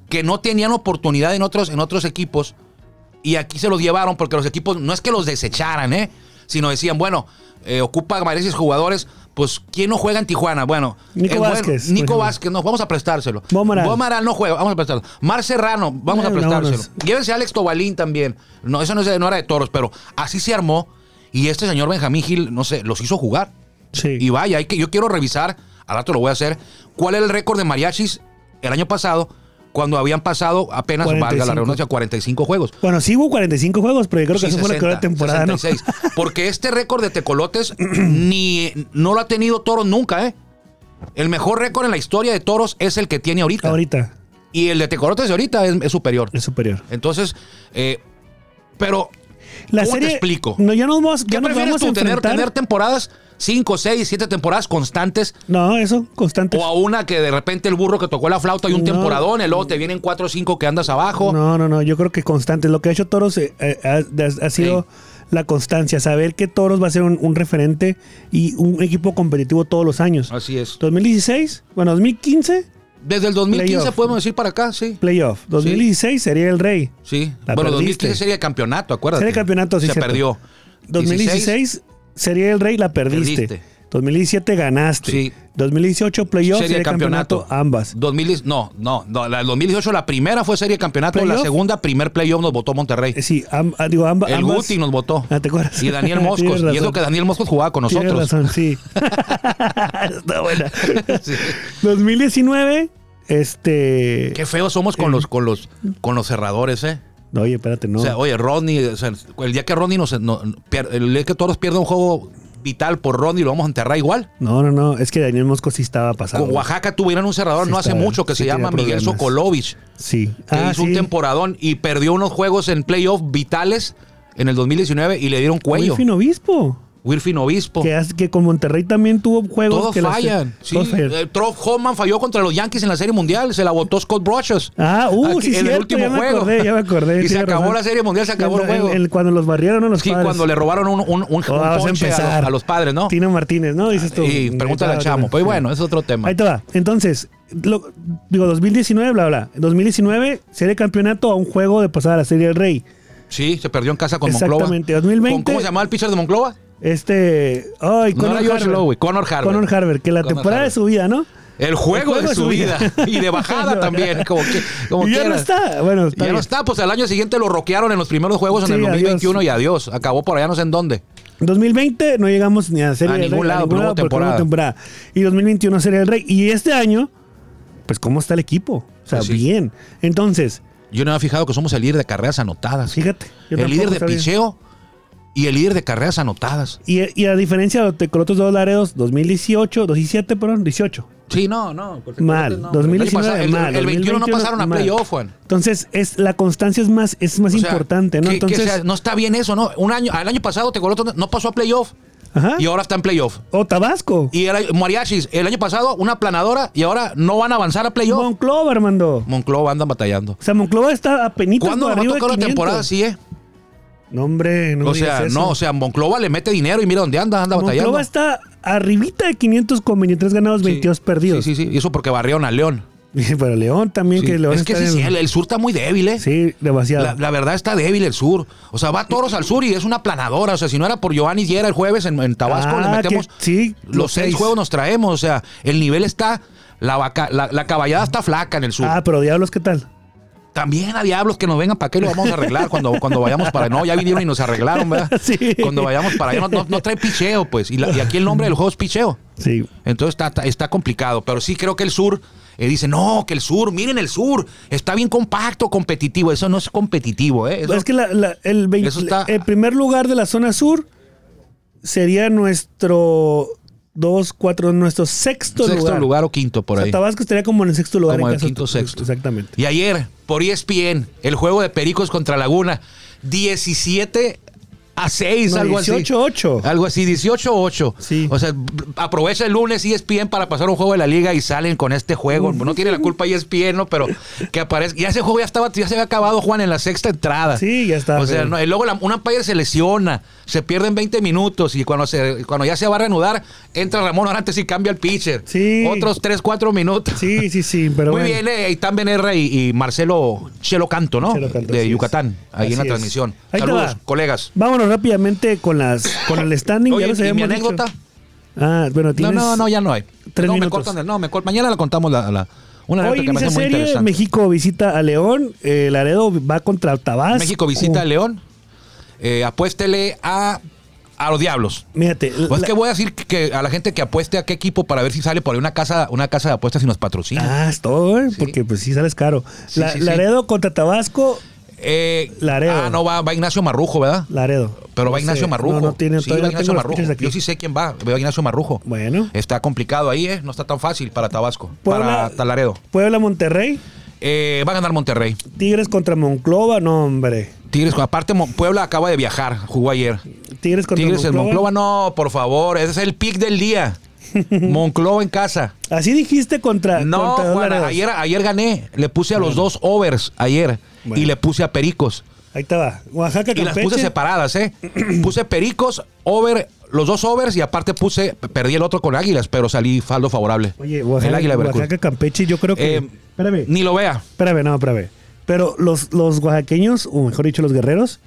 Speaker 4: que no tenían oportunidad en otros, en otros equipos y aquí se los llevaron porque los equipos no es que los desecharan, ¿eh? sino decían, bueno, eh, ocupa varios jugadores, pues ¿quién no juega en Tijuana? Bueno,
Speaker 2: Nico
Speaker 4: es bueno,
Speaker 2: Vázquez, por
Speaker 4: Nico
Speaker 2: ejemplo.
Speaker 4: Vázquez, no, vamos a prestárselo.
Speaker 2: Bo Amaral.
Speaker 4: no juega, vamos a prestárselo. Mar Serrano, vamos a
Speaker 2: Bueno,
Speaker 4: prestárselo.
Speaker 2: vámonos.
Speaker 4: Llévense a Alex Tobalín también. No, eso no, es de- no era de toros, pero así se armó y este señor Benjamín Gil, no sé, los hizo jugar.
Speaker 2: Sí.
Speaker 4: Y vaya, hay que, yo quiero revisar, al rato lo voy a hacer, cuál era el récord de mariachis el año pasado, cuando habían pasado apenas, valga la
Speaker 2: 45.
Speaker 4: redundancia, 45 juegos.
Speaker 2: bueno, sí hubo 45 juegos, pero yo creo que
Speaker 4: Sí,
Speaker 2: eso fue la que
Speaker 4: 60,
Speaker 2: temporada, ¿no?
Speaker 4: 66. Porque este récord de
Speaker 2: [CLEARS THROAT]
Speaker 4: tecolotes ni, no lo ha tenido toros nunca, ¿eh? El mejor récord en la historia de toros es el que tiene
Speaker 2: [LAUGHS]
Speaker 4: ahorita.
Speaker 2: Ahorita
Speaker 4: Y el de tecolotes de ahorita es, es superior.
Speaker 2: es superior.
Speaker 4: Entonces, eh, pero
Speaker 2: La
Speaker 4: ¿Cómo te
Speaker 2: serie
Speaker 4: explico?
Speaker 2: No, ya nos vamos,
Speaker 4: ¿qué
Speaker 2: ya nos
Speaker 4: prefieres
Speaker 2: vamos a
Speaker 4: tú? Tener,
Speaker 2: enfrentar.
Speaker 4: tener temporadas 5, 6, 7 temporadas constantes
Speaker 2: No, eso constante.
Speaker 4: O a una que de repente el burro que tocó la flauta y un
Speaker 2: No.
Speaker 4: temporadón, y luego te vienen cuatro o cinco que andas abajo.
Speaker 2: No, no, no. Yo creo que constante. Lo que ha hecho Toros eh, eh, ha, ha- ha sido la constancia. Saber que Toros va a ser un, un referente y un equipo competitivo todos los años.
Speaker 4: Así es.
Speaker 2: 2016, bueno, 2015,
Speaker 4: Desde el 2015
Speaker 2: Playoff.
Speaker 4: podemos decir para acá, sí.
Speaker 2: playoff. 2016 sería el rey.
Speaker 4: Sí.
Speaker 2: La
Speaker 4: bueno,
Speaker 2: perdiste.
Speaker 4: 2015 sería campeonato, acuérdate.
Speaker 2: Sería campeonato, sí,
Speaker 4: Se
Speaker 2: cierto.
Speaker 4: perdió.
Speaker 2: 2016 sería el rey, la perdiste.
Speaker 4: Perdiste.
Speaker 2: 2017 ganaste.
Speaker 4: Sí.
Speaker 2: 2018 playoff, sería, campeonato, ambas.
Speaker 4: 2000, no, no, no, la del 2018 la primera fue serie campeonato, la
Speaker 2: Playoff.
Speaker 4: segunda primer playoff nos votó Monterrey.
Speaker 2: Eh, Sí, am- ah, digo, amba-
Speaker 4: el
Speaker 2: ambas.
Speaker 4: Guti nos votó.
Speaker 2: Ah, ¿te acuerdas?
Speaker 4: Y
Speaker 2: [LAUGHS]
Speaker 4: Daniel
Speaker 2: Tienes
Speaker 4: Moscos. Y es
Speaker 2: razón.
Speaker 4: lo que Daniel Moscos jugaba con
Speaker 2: Tienes
Speaker 4: nosotros.
Speaker 2: razón,
Speaker 4: [LAUGHS]
Speaker 2: sí. Está buena.
Speaker 4: Sí.
Speaker 2: 2019, este.
Speaker 4: Qué feos somos con los, con los, con los cerradores, eh.
Speaker 2: No, oye, espérate, no.
Speaker 4: O sea, oye, Ronnie, o sea, el día que Ronnie nos. no- pier- el día que Toros pierde un juego vital por Ronnie, lo vamos a enterrar igual.
Speaker 2: no, no, no. Es que Daniel Mosco sí estaba pasado.
Speaker 4: Con Oaxaca tuvieron un cerrador
Speaker 2: Sí
Speaker 4: no hace
Speaker 2: estaba-
Speaker 4: mucho que
Speaker 2: sí
Speaker 4: se llama
Speaker 2: tenía
Speaker 4: Miguel
Speaker 2: problemas.
Speaker 4: Sokolovich,
Speaker 2: Sí.
Speaker 4: que
Speaker 2: Ah,
Speaker 4: hizo
Speaker 2: sí.
Speaker 4: un temporadón y perdió unos juegos en playoff vitales en el 2019 y le dieron cuello.
Speaker 2: Wilfin Obispo.
Speaker 4: Wirfin Obispo.
Speaker 2: Que, hace- que con Monterrey también tuvo juegos.
Speaker 4: Todos
Speaker 2: que los-
Speaker 4: fallan. Sí,
Speaker 2: todos fallan.
Speaker 4: eh, Troy Homan falló contra los Yankees en la Serie Mundial. Se la botó Scott Brochers.
Speaker 2: Ah, uh,
Speaker 4: Aquí-
Speaker 2: sí,
Speaker 4: En el
Speaker 2: cierto,
Speaker 4: último
Speaker 2: ya me
Speaker 4: juego.
Speaker 2: acordé, ya me acordé.
Speaker 4: [LAUGHS] y se
Speaker 2: tienes
Speaker 4: acabó
Speaker 2: razón.
Speaker 4: la Serie Mundial, se acabó el
Speaker 2: En- en-
Speaker 4: juego.
Speaker 2: en- cuando los barrieron a los
Speaker 4: Sí,
Speaker 2: padres.
Speaker 4: cuando le robaron un, un, un- un
Speaker 2: Oh, vamos a
Speaker 4: ponche a,
Speaker 2: empezar.
Speaker 4: los- a los padres, ¿no? Ah,
Speaker 2: Tino Martínez, ¿no? Dices tú.
Speaker 4: Y pregúntale al chamo. Pero Pues bueno, es otro tema.
Speaker 2: Ahí te va. Entonces, lo- digo, 2019, bla, bla. 2019, serie de campeonato a un juego de pasar a la Serie del Rey.
Speaker 4: Sí, se perdió en casa con Monclova.
Speaker 2: Exactamente,
Speaker 4: ¿Con
Speaker 2: 2020.
Speaker 4: ¿Cómo se llamaba el pitcher de Monclova?
Speaker 2: Este. Ay,
Speaker 4: No era
Speaker 2: Connor
Speaker 4: George
Speaker 2: Harber.
Speaker 4: Lowe, Connor Harber.
Speaker 2: Connor Harber, que la
Speaker 4: Connor
Speaker 2: temporada
Speaker 4: Harber.
Speaker 2: de su vida, ¿no?
Speaker 4: El juego, de su vida. y
Speaker 2: [LAUGHS]
Speaker 4: de bajada también. Como que, como
Speaker 2: y ya no
Speaker 4: quiera.
Speaker 2: está. Bueno,
Speaker 4: Y ya no
Speaker 2: bien.
Speaker 4: está, pues al año siguiente lo roquearon en los primeros juegos
Speaker 2: Sí,
Speaker 4: en el 2021
Speaker 2: adiós.
Speaker 4: y adiós. Acabó por allá no sé en dónde.
Speaker 2: 2020 no llegamos ni a Serie
Speaker 4: A
Speaker 2: del
Speaker 4: ningún
Speaker 2: Rey,
Speaker 4: lado, no hubo
Speaker 2: porque no hubo
Speaker 4: temporada.
Speaker 2: temporada. Y 2021 Serie del Rey. Y este año, pues, ¿cómo está el equipo? O sea,
Speaker 4: Pues sí.
Speaker 2: bien. Entonces,
Speaker 4: Yo no me había fijado que somos el líder de carreras anotadas.
Speaker 2: fíjate. yo
Speaker 4: el líder
Speaker 2: tampoco
Speaker 4: de
Speaker 2: sabía.
Speaker 4: picheo y el líder de carreras anotadas.
Speaker 2: Y, y a diferencia de con otros dos laredos, 2018, 2017, perdón, 18.
Speaker 4: Sí, no, no. pues, porque-
Speaker 2: Mal.
Speaker 4: no, pero el año
Speaker 2: 2019,
Speaker 4: pasado- el-
Speaker 2: mal.
Speaker 4: El, 21 no
Speaker 2: 2021
Speaker 4: pasaron a
Speaker 2: mal.
Speaker 4: playoff, Juan.
Speaker 2: Entonces, es, la constancia es más, es más
Speaker 4: O sea,
Speaker 2: importante, ¿no?
Speaker 4: que- que
Speaker 2: Entonces,
Speaker 4: sea- no está bien eso, ¿no? Un año, al año pasado Tecoloto no pasó a playoff
Speaker 2: ajá.
Speaker 4: y ahora está en playoff.
Speaker 2: o Tabasco.
Speaker 4: Y el, Mariachis, el año pasado una planadora y ahora no van a avanzar a playoff.
Speaker 2: Monclova, Armando.
Speaker 4: Monclova andan batallando.
Speaker 2: O sea, Monclova está a penitas
Speaker 4: ¿Cuándo
Speaker 2: pues, por
Speaker 4: nos
Speaker 2: arriba
Speaker 4: va a
Speaker 2: de
Speaker 4: tocar la
Speaker 2: 500.
Speaker 4: temporada así, eh?
Speaker 2: No, hombre, no
Speaker 4: o
Speaker 2: me
Speaker 4: sea,
Speaker 2: digas eso.
Speaker 4: no, o sea, Monclova le mete dinero y mira dónde anda, anda batallando.
Speaker 2: Monclova está arribita de 500 con 23 ganados, 22
Speaker 4: Sí,
Speaker 2: perdidos.
Speaker 4: Sí, sí, sí. Y eso porque barrieron a León.
Speaker 2: [LAUGHS] Pero León también,
Speaker 4: Sí.
Speaker 2: que León
Speaker 4: es que
Speaker 2: está
Speaker 4: sí, sí,
Speaker 2: en-
Speaker 4: el, el sur está muy débil, ¿eh?
Speaker 2: Sí, demasiado.
Speaker 4: La, la verdad está débil el sur. O sea, va a toros al sur y es una planadora. O sea, si no era por Giovanni Diera el jueves en, en Tabasco,
Speaker 2: Ah,
Speaker 4: le metemos
Speaker 2: que- sí,
Speaker 4: los seis juegos nos traemos. O sea, el nivel está. La, vaca- la, la caballada está flaca en el sur.
Speaker 2: Ah, pero Diablos, ¿qué tal?
Speaker 4: También a diablos que nos vengan para qué lo vamos a arreglar cuando, cuando vayamos para No, ya vinieron y nos arreglaron, ¿verdad?
Speaker 2: [LAUGHS] Sí.
Speaker 4: Cuando vayamos para allá. No, no- no trae picheo, pues. Y, la- y aquí el nombre del juego es picheo.
Speaker 2: Sí.
Speaker 4: Entonces está, está, está complicado, pero sí creo que el sur eh, dice, no, que el sur, miren el sur, está bien compacto, competitivo, eso no es competitivo, ¿eh? Eso-
Speaker 2: es que la- la- el, vein-
Speaker 4: eso está-
Speaker 2: el primer lugar de la zona sur sería nuestro dos, cuatro, nuestro sexto,
Speaker 4: sexto lugar.
Speaker 2: lugar.
Speaker 4: o quinto por
Speaker 2: O sea,
Speaker 4: ahí.
Speaker 2: Tabasco estaría como en el sexto lugar.
Speaker 4: Como
Speaker 2: en
Speaker 4: el
Speaker 2: caso-
Speaker 4: quinto sexto.
Speaker 2: Exactamente.
Speaker 4: Y ayer, por E ESPN, el juego de Pericos contra Laguna, 17 a 6,
Speaker 2: No,
Speaker 4: algo así.
Speaker 2: 18-8.
Speaker 4: Algo así, 18-8.
Speaker 2: Sí.
Speaker 4: O sea, b- aprovecha el lunes E ESPN para pasar un juego de la liga y salen con este juego. No tiene la culpa E ESPN, ¿no? Pero que aparezca. Ya ese juego ya estaba, ya se había acabado, Juan, en la sexta entrada.
Speaker 2: Sí, ya está,
Speaker 4: O sea,
Speaker 2: pero-
Speaker 4: no, y luego la- un umpire se lesiona, se pierden 20 minutos y cuando, se, cuando ya se va a reanudar, entra Ramón Orantes y cambia el pitcher.
Speaker 2: Sí.
Speaker 4: Otros 3-4 minutos.
Speaker 2: Sí, sí, sí, pero
Speaker 4: Muy
Speaker 2: bueno.
Speaker 4: bien, eh, Itán Benerra y, y Marcelo Chelo Canto, ¿no?
Speaker 2: Chelo Canto,
Speaker 4: de
Speaker 2: así
Speaker 4: Yucatán,
Speaker 2: es.
Speaker 4: ahí en la
Speaker 2: Así es.
Speaker 4: transmisión.
Speaker 2: Ahí te
Speaker 4: Saludos,
Speaker 2: va.
Speaker 4: colegas.
Speaker 2: Vámonos rápidamente con las con el standing.
Speaker 4: Oye,
Speaker 2: ya los
Speaker 4: ¿y mi
Speaker 2: habíamos dicho.
Speaker 4: anécdota?
Speaker 2: Ah, bueno,
Speaker 4: No,
Speaker 2: tienes...
Speaker 4: no, no, ya no hay.
Speaker 2: tres
Speaker 4: no, me
Speaker 2: minutos.
Speaker 4: cortan el- no, me cor- mañana la contamos la, la- una
Speaker 2: Hoy
Speaker 4: anécdota que me
Speaker 2: inicia
Speaker 4: hace muy
Speaker 2: serie,
Speaker 4: interesante. México,
Speaker 2: México visita a León, eh, Laredo va contra Tabasco.
Speaker 4: visita a León. Eh, apuéstele a, a los diablos.
Speaker 2: Mírate,
Speaker 4: Pues es
Speaker 2: la-
Speaker 4: que voy a decir que, que a la gente que apueste a qué equipo para ver si sale por ahí una casa, una casa de apuestas y nos patrocina.
Speaker 2: Ah, es todo, ¿eh? porque pues sí sales caro.
Speaker 4: Sí,
Speaker 2: La-
Speaker 4: sí, sí.
Speaker 2: Laredo contra Tabasco,
Speaker 4: Eh,
Speaker 2: Laredo.
Speaker 4: Ah, no, va, va Ignacio Marrujo, ¿verdad?
Speaker 2: Laredo.
Speaker 4: Pero va
Speaker 2: No
Speaker 4: Ignacio
Speaker 2: sé,
Speaker 4: Marrujo.
Speaker 2: No, no tiene
Speaker 4: sí,
Speaker 2: todavía
Speaker 4: va
Speaker 2: no
Speaker 4: Ignacio
Speaker 2: tengo los
Speaker 4: Marrujo.
Speaker 2: pitchers aquí.
Speaker 4: Yo sí sé quién va. Veo a Ignacio Marrujo.
Speaker 2: Bueno.
Speaker 4: Está complicado ahí, ¿eh? No está tan fácil para Tabasco.
Speaker 2: Puebla-
Speaker 4: Para Talaredo.
Speaker 2: Puebla Monterrey,
Speaker 4: Eh, va a ganar Monterrey.
Speaker 2: Tigres contra Monclova, no hombre.
Speaker 4: Tigres, aparte, Mon- Puebla acaba de viajar. Jugó ayer.
Speaker 2: Tigres contra
Speaker 4: Tigres en Monclova, no, por favor. Ese es el pick
Speaker 2: [LAUGHS]
Speaker 4: del día. Monclova en casa.
Speaker 2: Así dijiste contra
Speaker 4: No,
Speaker 2: contra dos
Speaker 4: Juan,
Speaker 2: Laredos.
Speaker 4: ayer, ayer gané. Le puse a los dos overs ayer.
Speaker 2: Bueno.
Speaker 4: Y le puse a Pericos.
Speaker 2: Ahí te va. Oaxaca
Speaker 4: Y las
Speaker 2: Campeche.
Speaker 4: puse separadas,
Speaker 2: [CLEARS THROAT]
Speaker 4: ¿eh? Puse Pericos, over, los dos overs y aparte puse, perdí el otro con Águilas, pero salí faldo favorable.
Speaker 2: Oye, Oaxaca,
Speaker 4: el Águila de Veracruz.
Speaker 2: Oaxaca Campeche, yo creo que
Speaker 4: Eh,
Speaker 2: espérame.
Speaker 4: Ni lo vea.
Speaker 2: Espérame, no, espérame. Pero los, los oaxaqueños, o mejor dicho, los guerreros,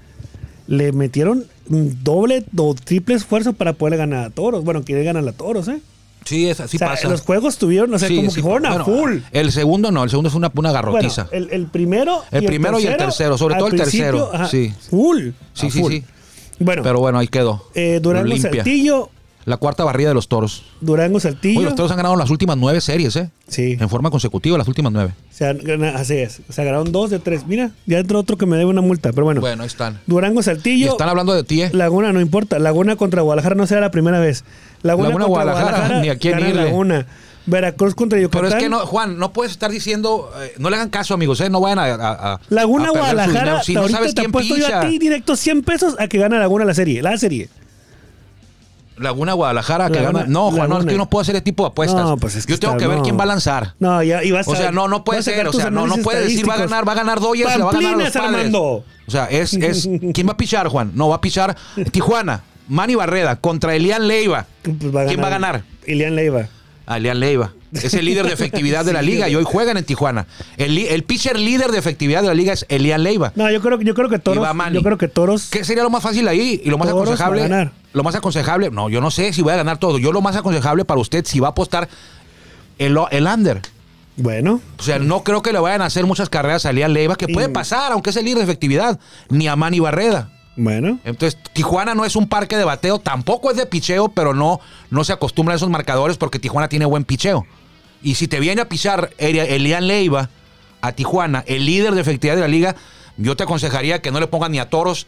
Speaker 2: le metieron mm, doble o triple esfuerzo para poder ganar a toros. Bueno, que ganan a toros, ¿eh?
Speaker 4: Sí, es, así
Speaker 2: o sea,
Speaker 4: pasa.
Speaker 2: los juegos tuvieron, o sea,
Speaker 4: Sí,
Speaker 2: como
Speaker 4: sí,
Speaker 2: que fueron a
Speaker 4: bueno, ah,
Speaker 2: full.
Speaker 4: El segundo no, el segundo fue una, una
Speaker 2: Bueno,
Speaker 4: garrotiza.
Speaker 2: el, el primero.
Speaker 4: El primero y el tercero, sobre
Speaker 2: al
Speaker 4: todo el tercero,
Speaker 2: principio, ajá,
Speaker 4: sí.
Speaker 2: Full.
Speaker 4: Sí,
Speaker 2: a
Speaker 4: sí,
Speaker 2: full.
Speaker 4: sí.
Speaker 2: Bueno,
Speaker 4: pero bueno, ahí quedó.
Speaker 2: eh, Durango
Speaker 4: Limpia.
Speaker 2: Saltillo.
Speaker 4: La cuarta barrida de los toros.
Speaker 2: Durango Saltillo.
Speaker 4: Oye, los toros han ganado las últimas nueve series, ¿eh?
Speaker 2: Sí.
Speaker 4: En forma consecutiva, las últimas nueve.
Speaker 2: Se han ganado, así es. Se ganaron dos de tres. Mira, ya entró otro que me debe una multa, pero bueno.
Speaker 4: Bueno, ahí están.
Speaker 2: Durango
Speaker 4: Y
Speaker 2: Saltillo.
Speaker 4: están hablando de ti, ¿eh?
Speaker 2: Laguna no importa. Laguna contra Guadalajara no será la primera vez. Laguna,
Speaker 4: Laguna,
Speaker 2: contra
Speaker 4: Guadalajara,
Speaker 2: Guadalajara,
Speaker 4: ni a quién
Speaker 2: gana
Speaker 4: irle.
Speaker 2: Laguna. Veracruz contra Yucatán.
Speaker 4: Pero es que no, Juan, no puedes estar diciendo, eh, no le hagan caso, amigos, eh, no vayan a, a- a-
Speaker 2: Laguna
Speaker 4: a perder su
Speaker 2: Guadalajara,
Speaker 4: dinero. Ah, Si no
Speaker 2: ahorita
Speaker 4: sabes
Speaker 2: te
Speaker 4: quién
Speaker 2: apuesto yo a
Speaker 4: pincha.
Speaker 2: ti directo 100 pesos a que gana Laguna la serie, la serie.
Speaker 4: Laguna Guadalajara que
Speaker 2: Laguna-
Speaker 4: gana. No, Juan, no, es
Speaker 2: Laguna.
Speaker 4: que yo no puedo hacer ese tipo de apuestas.
Speaker 2: No, pues es que
Speaker 4: yo tengo
Speaker 2: está-
Speaker 4: que ver
Speaker 2: no.
Speaker 4: quién va a lanzar.
Speaker 2: No, ya y vas
Speaker 4: O
Speaker 2: a-
Speaker 4: sea, no, no puede
Speaker 2: vas a
Speaker 4: ser.
Speaker 2: sacar
Speaker 4: O
Speaker 2: tus
Speaker 4: sea, no, no
Speaker 2: análisis
Speaker 4: puede decir va a
Speaker 2: estadísticos.
Speaker 4: ganar, va a ganar Doyers, le va a ganar a los
Speaker 2: Pamplinas,
Speaker 4: padres.
Speaker 2: Armando.
Speaker 4: O sea, es, es ¿quién va a pichar, Juan? No, va a pichar Tijuana, Manny Barreda contra Elian Leiva.
Speaker 2: Pues
Speaker 4: ¿Quién va a ganar?
Speaker 2: Ilian Leiva.
Speaker 4: a Lean Leiva. Es el líder de
Speaker 2: [LAUGHS]
Speaker 4: efectividad de la
Speaker 2: Sí,
Speaker 4: liga y
Speaker 2: güey.
Speaker 4: hoy juegan en Tijuana. El, li- el pitcher líder de efectividad de la liga es Elian Leiva.
Speaker 2: No, yo creo, yo creo que
Speaker 4: Y
Speaker 2: Toros.
Speaker 4: va Manny.
Speaker 2: Yo creo que Toros.
Speaker 4: ¿Qué sería lo más fácil ahí y lo más
Speaker 2: Toros va a
Speaker 4: aconsejable?
Speaker 2: ganar.
Speaker 4: Lo más aconsejable, no, yo no sé si voy a ganar todo. Yo lo más aconsejable para usted si va a apostar el, el under.
Speaker 2: Bueno,
Speaker 4: O sea, no creo que le vayan a hacer muchas carreras a Elian Leiva, que puede
Speaker 2: Mm.
Speaker 4: pasar, aunque es el líder de efectividad, ni a Manny Barreda.
Speaker 2: bueno.
Speaker 4: Entonces, Tijuana no es un parque de bateo, tampoco es de picheo, pero no, no se acostumbra a esos marcadores porque Tijuana tiene buen picheo. Y si te viene a pichar Eri- Elian Leiva a Tijuana, el líder de efectividad de la liga, yo te aconsejaría que no le pongan ni a toros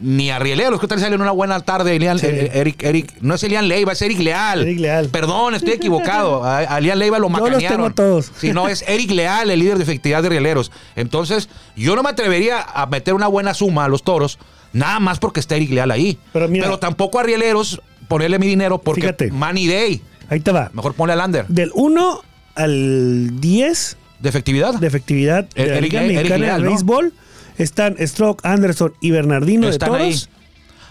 Speaker 4: ni a rieleros. ¿Qué tal sale en una buena tarde Elian-
Speaker 2: Sí.
Speaker 4: eh, Eric, Eric? No es Elian Leiva, es Eric Leal.
Speaker 2: Eric Leal.
Speaker 4: Perdón,
Speaker 2: [LAUGHS]
Speaker 4: estoy equivocado. A, a Elian Leiva lo
Speaker 2: Yo los
Speaker 4: macanearon.
Speaker 2: tengo todos.
Speaker 4: Sí, no, es Eric Leal, el líder de efectividad de Rieleros. Entonces, yo no me atrevería a meter una buena suma a los toros, nada más porque está Eric Leal ahí.
Speaker 2: Pero mira-
Speaker 4: tampoco a Rieleros ponerle mi dinero porque
Speaker 2: Fíjate.
Speaker 4: Money Day.
Speaker 2: Ahí te va.
Speaker 4: Mejor ponle a Lander.
Speaker 2: Del 1 al 10
Speaker 4: ¿De efectividad?
Speaker 2: de efectividad de
Speaker 4: El-
Speaker 2: la
Speaker 4: Eric
Speaker 2: Liga
Speaker 4: Le- Eric
Speaker 2: Mexicana
Speaker 4: Leal,
Speaker 2: de
Speaker 4: ¿no?
Speaker 2: Béisbol están Stroke, Anderson y Bernardino
Speaker 4: Están
Speaker 2: de Toros.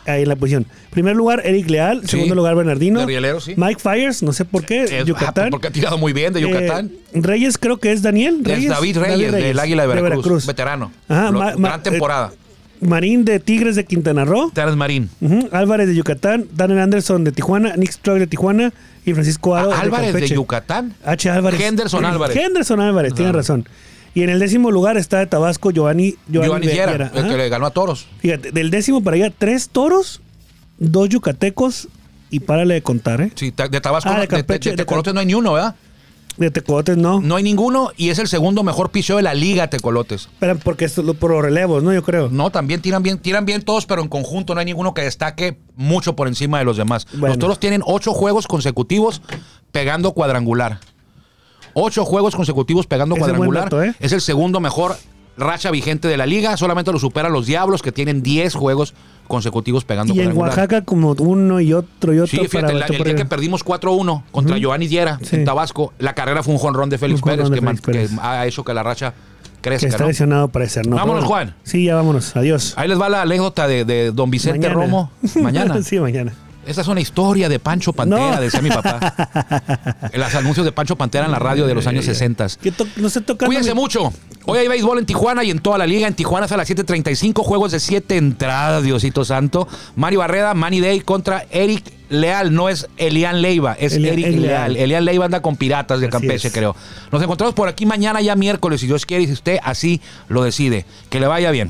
Speaker 2: Ahí. en la posición. Primer lugar, Eric Leal.
Speaker 4: Sí.
Speaker 2: Segundo lugar, Bernardino.
Speaker 4: De Rieleros, sí.
Speaker 2: Mike Fires, no sé por qué.
Speaker 4: Eh, ah,
Speaker 2: Yucatán.
Speaker 4: porque ha tirado muy bien de Yucatán.
Speaker 2: Eh, Reyes creo que es Daniel.
Speaker 4: Es
Speaker 2: Reyes.
Speaker 4: David Reyes, del Águila de Veracruz, veterano. Lo- gran temporada.
Speaker 2: eh, Marín de Tigres de Quintana Roo.
Speaker 4: Terence Marín.
Speaker 2: Ujú, Álvarez de Yucatán, Daniel Anderson de Tijuana, Nick Stroud de Tijuana y Francisco Aro
Speaker 4: Ah, Álvarez de
Speaker 2: Campeche.
Speaker 4: Yucatán.
Speaker 2: H. Álvarez.
Speaker 4: Henderson Álvarez.
Speaker 2: Henderson Álvarez, tiene razón. Y en el décimo lugar está de Tabasco Giovanni, Giovanni,
Speaker 4: Giovanni Viera,
Speaker 2: Viera,
Speaker 4: el
Speaker 2: ajá.
Speaker 4: que le ganó a toros.
Speaker 2: Fíjate, del décimo para allá, tres toros, dos yucatecos y párale de contar, ¿eh?
Speaker 4: Sí, ta- de Tabasco,
Speaker 2: Ah, de
Speaker 4: no- de, de-
Speaker 2: Campeche,
Speaker 4: de
Speaker 2: de
Speaker 4: Tecolotes
Speaker 2: Cam-
Speaker 4: no hay ni uno, ¿verdad?
Speaker 2: De tecotes no.
Speaker 4: No hay ninguno y es el segundo mejor picheo de la liga, Tecolotes.
Speaker 2: Pero porque esto es lo- por los relevos, ¿no? Yo creo.
Speaker 4: No, también tiran bien, tiran bien todos, pero en conjunto no hay ninguno que destaque mucho por encima de los demás. Los
Speaker 2: Bueno.
Speaker 4: toros tienen ocho juegos consecutivos pegando cuadrangular. Ocho juegos consecutivos pegando
Speaker 2: Ese buen
Speaker 4: cuadrangular.
Speaker 2: dato, ¿eh?
Speaker 4: Es el segundo mejor racha vigente de la liga. Solamente lo superan los diablos que tienen 10 juegos consecutivos pegando
Speaker 2: Y en
Speaker 4: cuadrangular.
Speaker 2: Oaxaca como uno y otro y otro
Speaker 4: Sí, fíjate, la-
Speaker 2: esto
Speaker 4: el día
Speaker 2: arriba.
Speaker 4: que perdimos 4-1 contra Giovanni Diera
Speaker 2: Sí.
Speaker 4: en Tabasco, la carrera fue un jonrón de Félix
Speaker 2: Un jonrón
Speaker 4: Pérez,
Speaker 2: de
Speaker 4: que, man-
Speaker 2: Félix
Speaker 4: que
Speaker 2: Pérez.
Speaker 4: ha hecho que la racha
Speaker 2: Que
Speaker 4: crezca.
Speaker 2: está
Speaker 4: ¿no?
Speaker 2: lesionado parecer, ¿no?
Speaker 4: Vámonos,
Speaker 2: Pero bueno.
Speaker 4: Juan.
Speaker 2: Sí, ya vámonos. Adiós.
Speaker 4: Ahí les va la anécdota de, de don Vicente
Speaker 2: Mañana. [LAUGHS]
Speaker 4: Romo. Mañana.
Speaker 2: sí, mañana.
Speaker 4: Esta es una historia de Pancho Pantera,
Speaker 2: No.
Speaker 4: decía mi papá.
Speaker 2: [LAUGHS]
Speaker 4: Los anuncios de Pancho Pantera en la radio de los años 60.
Speaker 2: Que to- no se toca.
Speaker 4: Cuídense mucho. Hoy hay béisbol en Tijuana y en toda la liga. En Tijuana es a las 7:35, juegos de 7 entradas, Diosito Santo. Mario Barreda, Manny Day contra Eric Leal. No es Elian Leiva, es
Speaker 2: Elian-
Speaker 4: Eric
Speaker 2: Elian.
Speaker 4: Leal. Elian Leiva anda con Piratas de
Speaker 2: Así
Speaker 4: Campeche,
Speaker 2: es.
Speaker 4: creo. Nos encontramos por aquí mañana ya miércoles, si Dios quiere, y si usted así lo decide. Que le vaya bien.